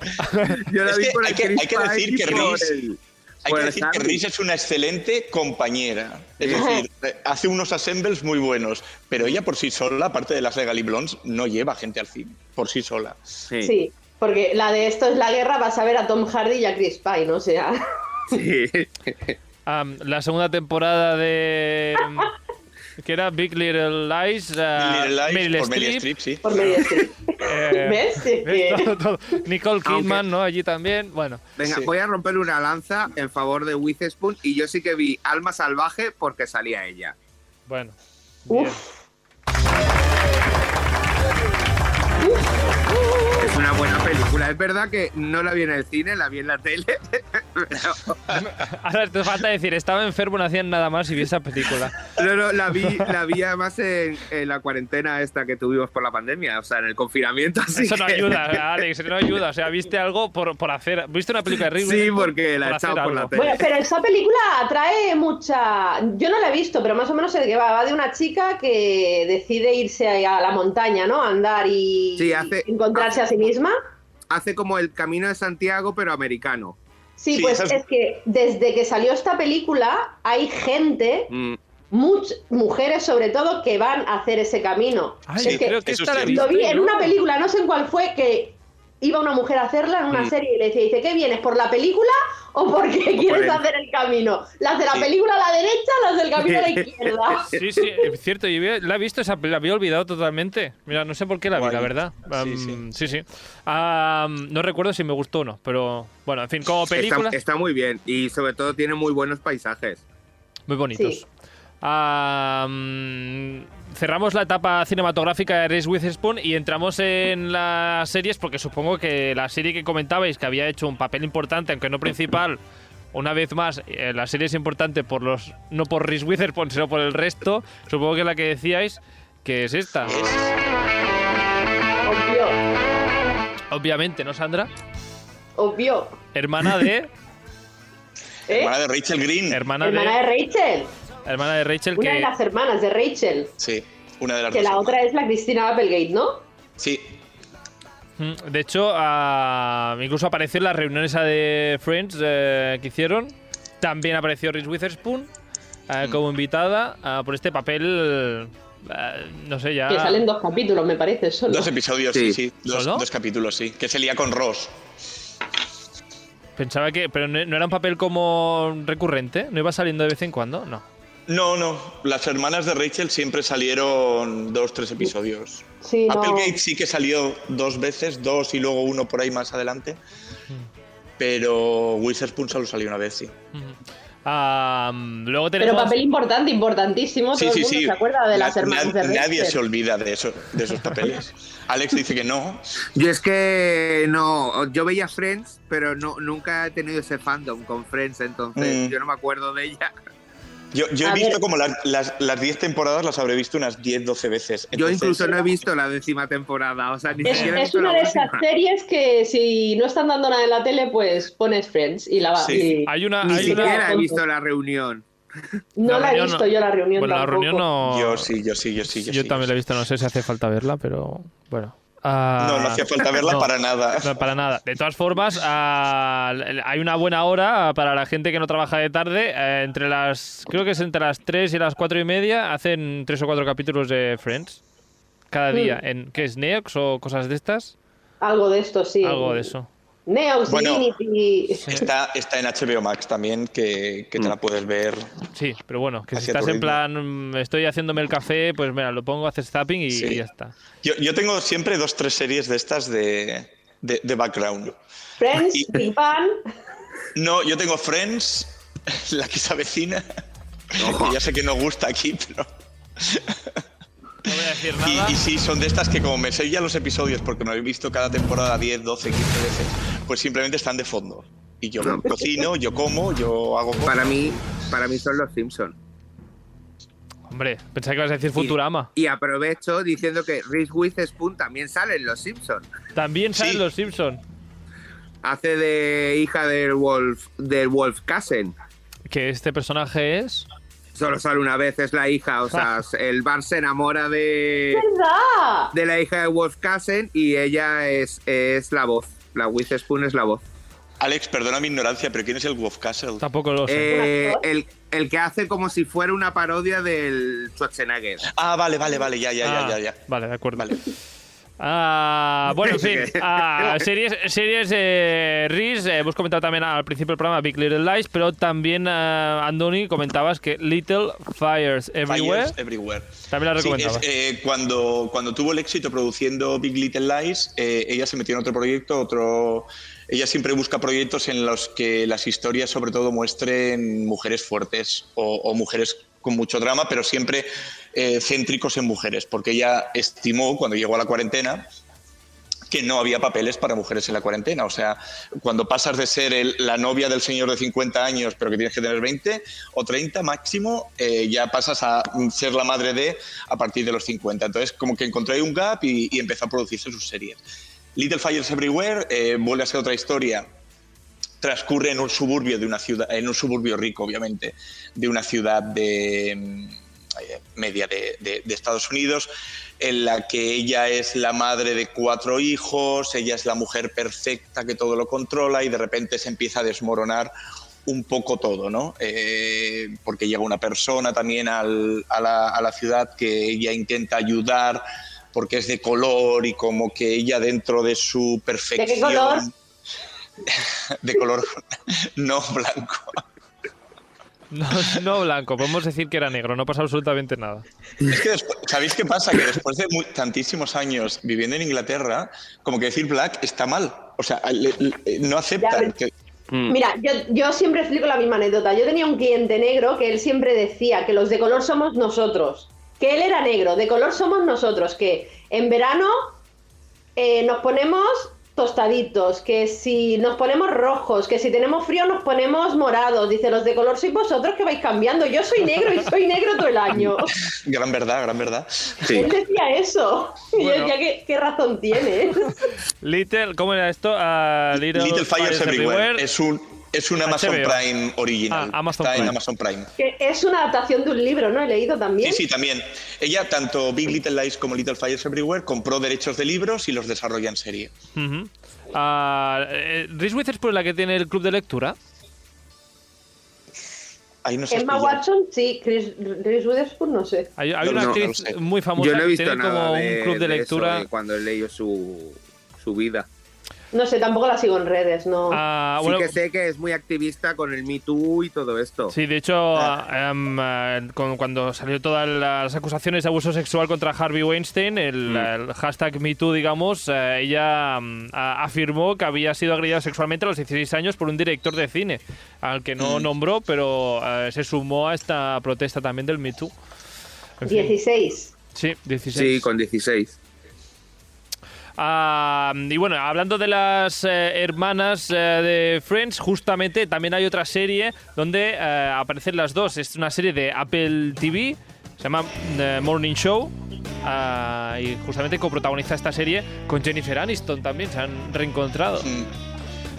Yo la Es vi que por el hay que- hay Chris que decir Pine y que por Reese- el- Hay por que el decir que Harry. Reese es una excelente compañera. Es Pues Sí. decir, eh, hace unos assembles muy buenos, pero ella por sí sola, aparte de las Legally Blondes, no lleva gente al cine, por sí sola. Sí. Sí, porque la de Esto es la guerra vas a ver a Tom Hardy y a Chris Pine, o sea. Sí. Am, la segunda temporada de. que era Big Little Lies. ah, Little Lies Meryl por Meryl Streep, Streep, sí. Por medio de eh, ¿Ves? Es ¿ves? que- Todo, todo. Nicole Ah, Kidman, Aunque- ¿no? Allí también. Bueno. Venga, Sí. voy a romper una lanza en favor de Witherspoon y yo sí que vi Alma Salvaje porque salía ella. Bueno. bien. Uf, Es una buena película. Es verdad que no la vi en el cine, la vi en la tele. Ahora te falta decir, estaba enfermo, no hacían nada más y vi esa película. No, no, la vi, la vi además en, en la cuarentena esta que tuvimos por la pandemia, o sea, en el confinamiento. Así Eso no que- ayuda, Alex, no ayuda. O sea, viste algo por, por hacer. ¿Viste una película de Reese Sí, Witherspoon porque la por he hacer echado por la algo? tele. Bueno, pero esta película atrae mucha. Yo no la he visto, pero más o menos sé de qué va. Va de una chica que decide irse a la montaña, ¿no? A andar y Sí, hace- encontrarse a sí misma. Hace como el camino de Santiago, pero americano. Sí, Sí, pues esa es- es que desde que salió esta película hay gente, Mm. muchas mujeres sobre todo, que van a hacer ese camino. Ay, es que creo que eso esta sí la he visto. lo vi en ¿no? una película, no sé en cuál fue, que iba una mujer a hacerla en una Mm. serie y le decía, dice, ¿qué vienes? ¿Por la película o porque por quieres el- hacer el camino? Las de la Sí. película a la derecha, las del camino a la izquierda. Sí, sí, es cierto, yo había- la he visto, esa, la había olvidado totalmente. Mira, no sé por qué la vi, Guay. la verdad. Sí, Am, sí. sí. sí. Am, no recuerdo si me gustó o no, pero bueno, en fin, como película, Está, está muy bien y sobre todo tiene muy buenos paisajes. muy bonitos. Sí. Am, cerramos la etapa cinematográfica de Reese Witherspoon y entramos en las series, porque supongo que la serie que comentabais, que había hecho un papel importante, aunque no principal. Una vez más, eh, la serie es importante por los no por Reese Witherspoon, sino por el resto. Supongo que la que decíais que es esta. Obvio, Obviamente, ¿no, Sandra? obvio. Hermana de. ¿eh? Hermana de Rachel Green. hermana, Hermana de, de Rachel, Hermana de Rachel, una de que. las hermanas de Rachel. Sí. Una de las Que dos. la hermanas. otra es la Cristina Applegate, ¿no? Sí, Mm, De hecho, ah, incluso apareció en las reuniones esa de Friends eh, que hicieron. También apareció Reese Witherspoon Hmm. eh, como invitada ah, por este papel. eh, no sé, ya. Ah. Que salen dos capítulos, me parece, solo. dos episodios, sí, sí. Sí. Dos, ¿Solo? dos capítulos, sí. Que se lía con Ross. Pensaba que. Pero no no era un papel como recurrente. ¿No iba saliendo de vez en cuando? No. No, no. Las hermanas de Rachel siempre salieron dos, tres episodios. Sí, no. Applegate sí que salió dos veces, dos y luego uno por ahí más adelante. Pero Witherspoon solo salió una vez, sí. Ujú. Ah, luego Pero tenemos. papel importante, importantísimo. Sí, todo sí, el mundo sí. se acuerda de Na- las hermanas na- de Rachel. Nadie se olvida de, eso, de esos papeles. Alex dice que no. Yo es que no, yo veía Friends, pero no, nunca he tenido ese fandom con Friends, entonces Mm. yo no me acuerdo de ella. Yo, yo he A visto ver. como las- las las 10 temporadas las habré visto unas 10, 12 veces. Yo Entonces, eh, incluso no he visto la décima temporada, o sea, ni Es, siquiera he es visto una la de esas última. series que si no están dando nada en la tele, pues pones Friends y la va. Sí. y- Hay una. Ni hay una- siquiera he una- visto la reunión. No La la, he reunión visto no- yo la reunión Bueno, la tampoco. reunión no. Yo sí, yo sí, yo sí. Yo, yo sí, también yo la he visto, no sé si hace falta verla, pero bueno. Ah, No, no hacía falta verla no, para nada. no, para nada. De todas formas, ah, l- hay una buena hora para la gente que no trabaja de tarde. eh, entre las, creo que es entre las 3 y las 4 y media, hacen tres o cuatro capítulos de Friends cada día. En, ¿Qué es? ¿Neox o cosas de estas? Algo de esto, sí. Algo de eso. Neos, Bueno. Divinity. Está, está en HBO Max también, que, que te la puedes ver. Sí, pero bueno, que si Hacia tu estás en ritmo. plan, mm, estoy haciéndome el café, pues mira, lo pongo, haces zapping y, Sí. y ya está. Yo, yo tengo siempre dos, tres series de estas de, de, de background. Friends, Y- Big Bang. No, yo tengo Friends, la que se avecina. que ya sé que no gusta aquí, pero. No voy a decir Y- nada. Y, sí, son de estas que como me sé ya los episodios porque me lo he visto cada temporada 10, 12, 15 veces, pues simplemente están de fondo. Y yo No. cocino, yo como, yo hago cosas. Para mí, para mí son los Simpsons. Hombre, pensaba que ibas a decir Futurama. Y aprovecho diciendo que Reese Witherspoon también sale en los Simpsons. También salen Sí. los Simpsons. Hace de hija del Wolf, del Wolf Kassen. que este personaje es. Solo sale una vez, es la hija, o Ah. sea, el bar se enamora de, ¡Verdad! de la hija de Wolf Kassen y ella es, es la voz. La Witherspoon es la voz. Alex, perdona mi ignorancia, pero ¿quién es el Wolf Castle? Tampoco lo sé. Eh, ¿Un actor? el, el que hace como si fuera una parodia del Schwarzenegger. Ah, vale, vale, vale, ya, ya, Ah, ya, ya. ya. Vale, de acuerdo. Vale. Ah, bueno, en fin. ah, series, series eh, Riz, eh, hemos comentado también al principio del programa Big Little Lies, pero también, ah, Andoni, comentabas que Little Fires Everywhere Fires everywhere. también la Sí, es, recomendabas. eh, cuando, cuando tuvo el éxito produciendo Big Little Lies, eh, ella se metió en otro proyecto, otro. Ella siempre busca proyectos en los que las historias, sobre todo, muestren mujeres fuertes o, o mujeres con mucho drama, pero siempre eh, céntricos en mujeres, porque ella estimó cuando llegó a la cuarentena que no había papeles para mujeres en la cuarentena. O sea, cuando pasas de ser el- la novia del señor de 50 años, pero que tienes que tener 20 o 30 máximo, eh, ya pasas a mm, ser la madre de a partir de los 50. Entonces, como que encontré un gap y, y empezó a producirse sus series. Little Fires Everywhere eh, vuelve a ser otra historia transcurre en un suburbio de una ciudad, en un suburbio rico, obviamente, de una ciudad de mm, eh, media de, de- de Estados Unidos, en la que ella es la madre de cuatro hijos, ella es la mujer perfecta que todo lo controla y de repente se empieza a desmoronar un poco todo, ¿no? Eh, porque llega una persona también al- a, la, a la ciudad que ella intenta ayudar porque es de color y como que ella dentro de su perfección color? de color no blanco. No, no blanco, podemos decir que era negro, no pasa absolutamente nada. Es que después- ¿sabéis qué pasa? Que después de mu- tantísimos años viviendo en Inglaterra, como que decir black está mal. O sea, le- le- no aceptan. Ya, que- Mira, yo, yo siempre explico la misma anécdota. Yo tenía un cliente negro que él siempre decía que los de color somos nosotros. Que él era negro, de color somos nosotros. Que en verano eh, nos ponemos tostaditos, que si nos ponemos rojos, que si tenemos frío nos ponemos morados. Dice, los de color sois vosotros que vais cambiando. Yo soy negro y soy negro todo el año. Gran verdad, gran verdad. Él decía eso. Y yo Bueno. decía, ¿qué, qué razón tiene? Little, ¿cómo era esto? Ah, Little, Little Fires Everywhere es un Es una Amazon Ah, HBO. Prime original. Ah, Amazon Está en Prime. Amazon Prime. Que es una adaptación de un libro, ¿no? He leído también. Sí, sí, también. Ella, tanto Big Little Lies como Little Fires Everywhere, compró derechos de libros y los desarrolla en serie. Ujú. Ah, eh, Reese Witherspoon, la que tiene el club de lectura. Ahí no se Emma Watson, sí. Chris, Chris Witherspoon, no sé. Hay, hay No, una no, actriz no lo sé. muy famosa Yo no he que visto tiene nada como de- un club de, de eso, lectura. de cuando he leído su, su vida. No sé, tampoco la sigo en redes, no. Ah, bueno, Sí que sé que es muy activista con el Me Too y todo esto. Sí, de hecho, ah, em, ah, con- cuando salió todas las acusaciones de abuso sexual contra Harvey Weinstein, el, Mm. el hashtag MeToo, digamos, eh, ella mm, a- afirmó que había sido agredida sexualmente a los 16 años por un director de cine, al que Mm. no nombró, pero eh, se sumó a esta protesta también del MeToo. 16. Sí, 16. Sí, con 16. Ah, y bueno, hablando de las eh, hermanas eh, de Friends, justamente también hay otra serie donde eh, aparecen las dos. Es una serie de Apple TV, se llama eh, Morning Show. ah, y justamente coprotagoniza esta serie con Jennifer Aniston también, se han reencontrado. Mm.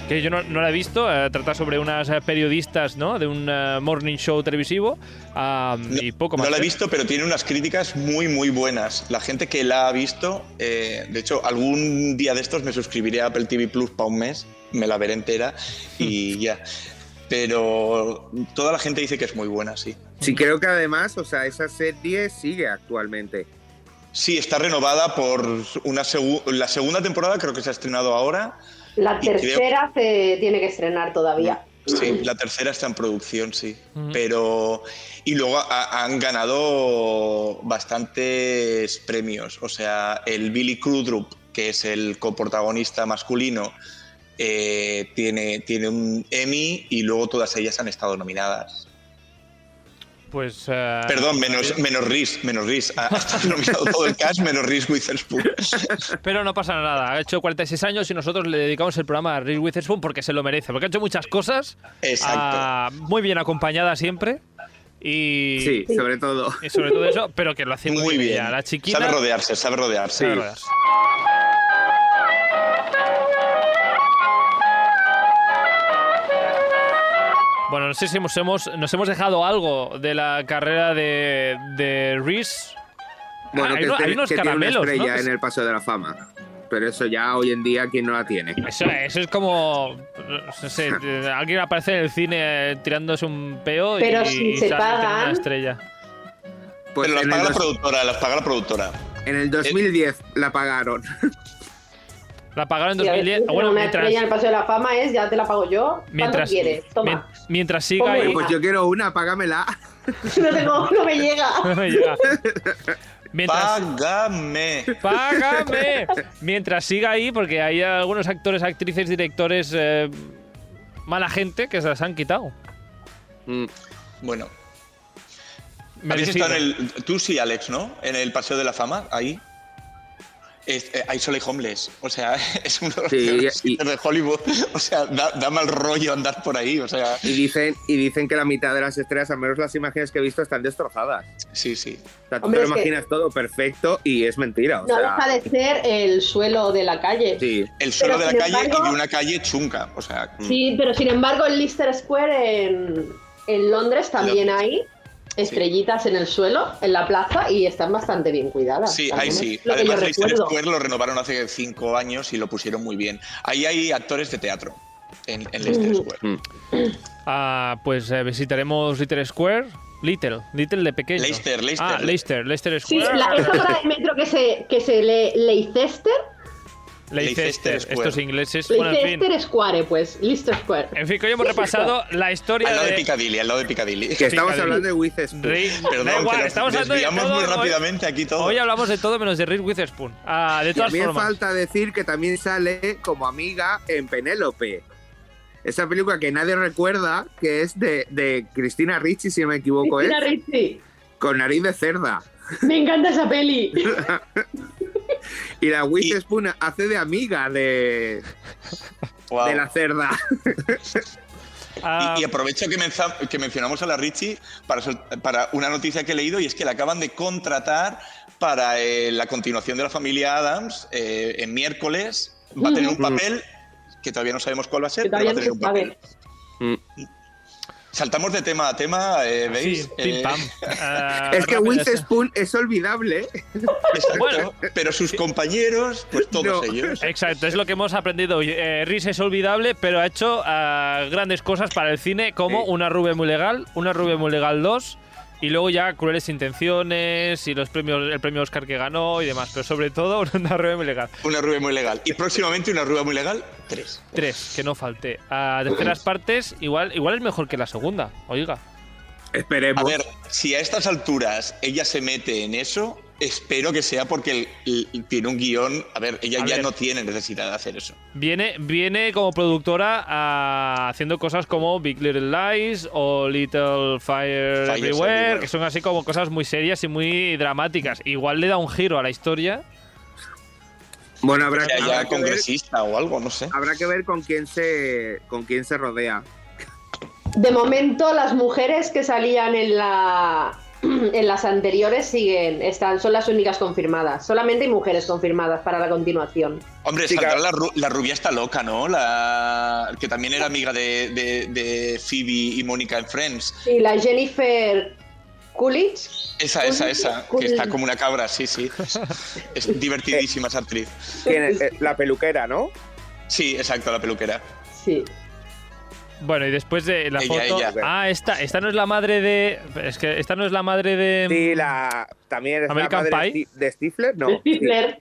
Que yo no, no la he visto, eh, trata sobre unas eh, periodistas ¿no? de un eh, morning show televisivo ah, y poco más. No la he ¿eh? visto, pero tiene unas críticas muy, muy buenas. La gente que la ha visto, eh, de hecho, algún día de estos me suscribiré a Apple TV Plus para un mes, me la veré entera y ya. Pero toda la gente dice que es muy buena, sí. Sí, creo que además, o sea, esa serie sigue actualmente. Sí, está renovada por una segu- la segunda temporada, creo que se ha estrenado ahora. La Y creo- tercera se tiene que estrenar todavía. Sí, la tercera está en producción, sí. Pero. Y luego ha- han ganado bastantes premios. O sea, el Billy Crudup, que es el coprotagonista masculino, eh, tiene, tiene un Emmy y luego todas ellas han estado nominadas. Pues, eh, Perdón, menos, menos Reese, menos Reese. Ha, ha estado nominado todo el cast, menos Reese Witherspoon. Pero no pasa nada, ha hecho 46 años y nosotros le dedicamos el programa a Reese Witherspoon porque se lo merece, porque ha hecho muchas cosas, Exacto. ah, muy bien acompañada siempre y, Sí, sobre todo. y sobre todo eso, pero que lo hace muy, Muy bien. ella, la chiquita. Sabe rodearse, sabe rodearse. sabe rodearse. Bueno, no sé si hemos, hemos- nos hemos dejado algo de la carrera de, de Reese. Bueno, Ah, que, hay, uno- este- hay unos que tiene una caramelos, ¿no? estrella Que en el Paseo de la Fama. Pero eso ya hoy en día, ¿quién no la tiene? Eso, eso es como. No sé, eh, alguien aparece en el cine eh, tirándose un peo y- Pero y, si se sale pagan. una estrella. Pues Pero las en, paga el la dos- productora, las paga la productora. en el 2010 la pagaron. La pagaron en Sí, a ver, 2010. pero Bueno, una mientras, estrella en el Paseo de la Fama es, ya te la pago yo. ¿Cuánto mientras, quieres? Toma. mien- mientras siga Ponme ahí- el- Pues yo quiero una, págamela. No, tengo, no me llega. Llega. Mientras, Págame. ¡Págame! Mientras siga ahí, porque hay algunos actores, actrices, directores. eh, mala gente que se las han quitado. Mm. Bueno, ¿Habéis Merecido. estado en el, tú sí, Alex, ¿no? En el Paseo de la Fama, ahí. Es- eh, ahí solo hay homeless. O sea, es uno de los Sí, peores y- sitios de Hollywood. O sea, da, da mal rollo andar por ahí. O sea, Y dicen, y dicen que la mitad de las estrellas, al menos las imágenes que he visto, están destrozadas. sí, sí. O sea, tú Hombre, te es lo que- imaginas todo perfecto y es mentira. O No sea, deja de ser el suelo de la calle. sí. El suelo Pero, de la sin calle embargo- y de una calle chunca. O sea, mm, Sí, pero sin embargo en Leicester Square en, en Londres también hay estrellitas en el suelo, en la plaza, y están bastante bien cuidadas. sí, Al ahí menos sí. Lo que yo Además, Leicester recuerdo. Square lo renovaron hace cinco años y lo pusieron muy bien. Ahí hay actores de teatro en, en Leicester Square. Mm. Ah, pues eh, visitaremos Little Square. Little, Little de pequeño. Leicester, Leicester. Ah, Leicester, Leicester Sí, Square. la, esa obra de metro que se, que se lee Leicester, Leicester, Leicester Square. estos ingleses. Bueno, en fin. Leicester Square, pues, Leicester Square. En fin, que hoy hemos repasado la historia Al lado de de. Piccadilly, al lado de Piccadilly. Que estamos Piccadilly. hablando de Witherspoon. Rey- Perdón, da que igual, nos estamos hablando de desviamos todo, muy hoy- rápidamente aquí todo. Hoy hablamos de todo menos de Reese Witherspoon. Ah, de Y a todas mí me formas. falta decir que también sale como amiga en Penélope. Esa película que nadie recuerda, que es de, de Cristina Ricci, si no me equivoco, ¿eh? Cristina Ricci, Con nariz de cerda. me encanta esa peli. Y la Witherspoon hace de amiga de, Guau. de la cerda. ah, Y, y aprovecho que, menza- que mencionamos a la Richie para, sol- para una noticia que he leído y es que la acaban de contratar para eh, la continuación de la familia Adams eh, en miércoles. Va a tener un papel que todavía no sabemos cuál va a ser, Que pero va todavía a no tener se un sabe. papel. Mm. Saltamos de tema a tema, eh, ¿veis? Sí, pim Eh, pam. Ah, Es que rápido, Witherspoon es olvidable. ¿eh? exacto. Bueno. pero sus compañeros, pues todos No. ellos. Exacto, es lo que hemos aprendido hoy. Eh, Rhys es olvidable, pero ha hecho ah, grandes cosas para el cine, como Sí. una Rube muy legal, una Rube muy legal 2, y luego ya Crueles Intenciones y los premios, el premio Oscar que ganó y demás, pero sobre todo una Rube muy legal. Una rubia muy legal. Y próximamente una rubia muy legal, tres. Tres, que no falte. A terceras partes, igual, igual es mejor que la segunda, oiga. Esperemos. A ver, si a estas alturas ella se mete en eso, espero que sea porque el- el- tiene un guión. A ver, ella A ya ver. no tiene necesidad de hacer eso. Viene, viene como productora a- haciendo cosas como Big Little Lies o Little Fire Fires Everywhere, Everywhere. que son así como cosas muy serias y muy dramáticas. Igual le da un giro a la historia. Bueno, habrá, O sea, habrá ya que ver, Ah, congresista o algo, no sé. habrá que ver con quién se con quién se rodea. De momento, las mujeres que salían en la en las anteriores siguen, están, son las únicas confirmadas. Solamente hay mujeres confirmadas para la continuación. Hombre, Chica. saldrá la, ru- la rubia está loca, ¿no? La que también era amiga de, de- de Phoebe y Mónica en Friends. Y la Jennifer Coolidge. Esa, esa, esa, que está como una cabra, sí, sí. Es divertidísima esa actriz. ¿Quién es? Eh, La peluquera, ¿no? Sí, exacto, la peluquera. Sí. Bueno, y después de la Ella, foto. ella. Ah, esta, esta no es la madre de. Es que esta no es la madre de. Sí, la también es Em, American la madre Pie. de Sti- de Stifler, no. Stifler.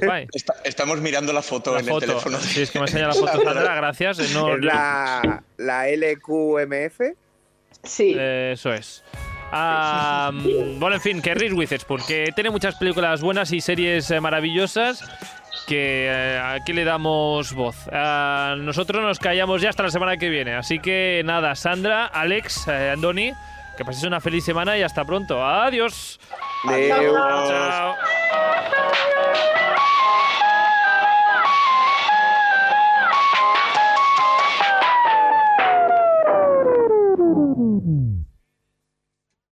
Pie. Está- estamos mirando la foto La en el foto. teléfono. de- Sí, es que me enseña la foto. Sandra, gracias. eh, No, Es la, la LQMF. Sí. Eh, Eso es. Ah, mm, bueno, en fin, que Reese Witherspoon, porque tiene muchas películas buenas y series eh, maravillosas que eh, aquí le damos voz. Ah, nosotros nos callamos ya hasta la semana que viene. Así que nada, Sandra, Alex, eh, Andoni, que paséis una feliz semana y hasta pronto. Adiós. Adiós. Chao.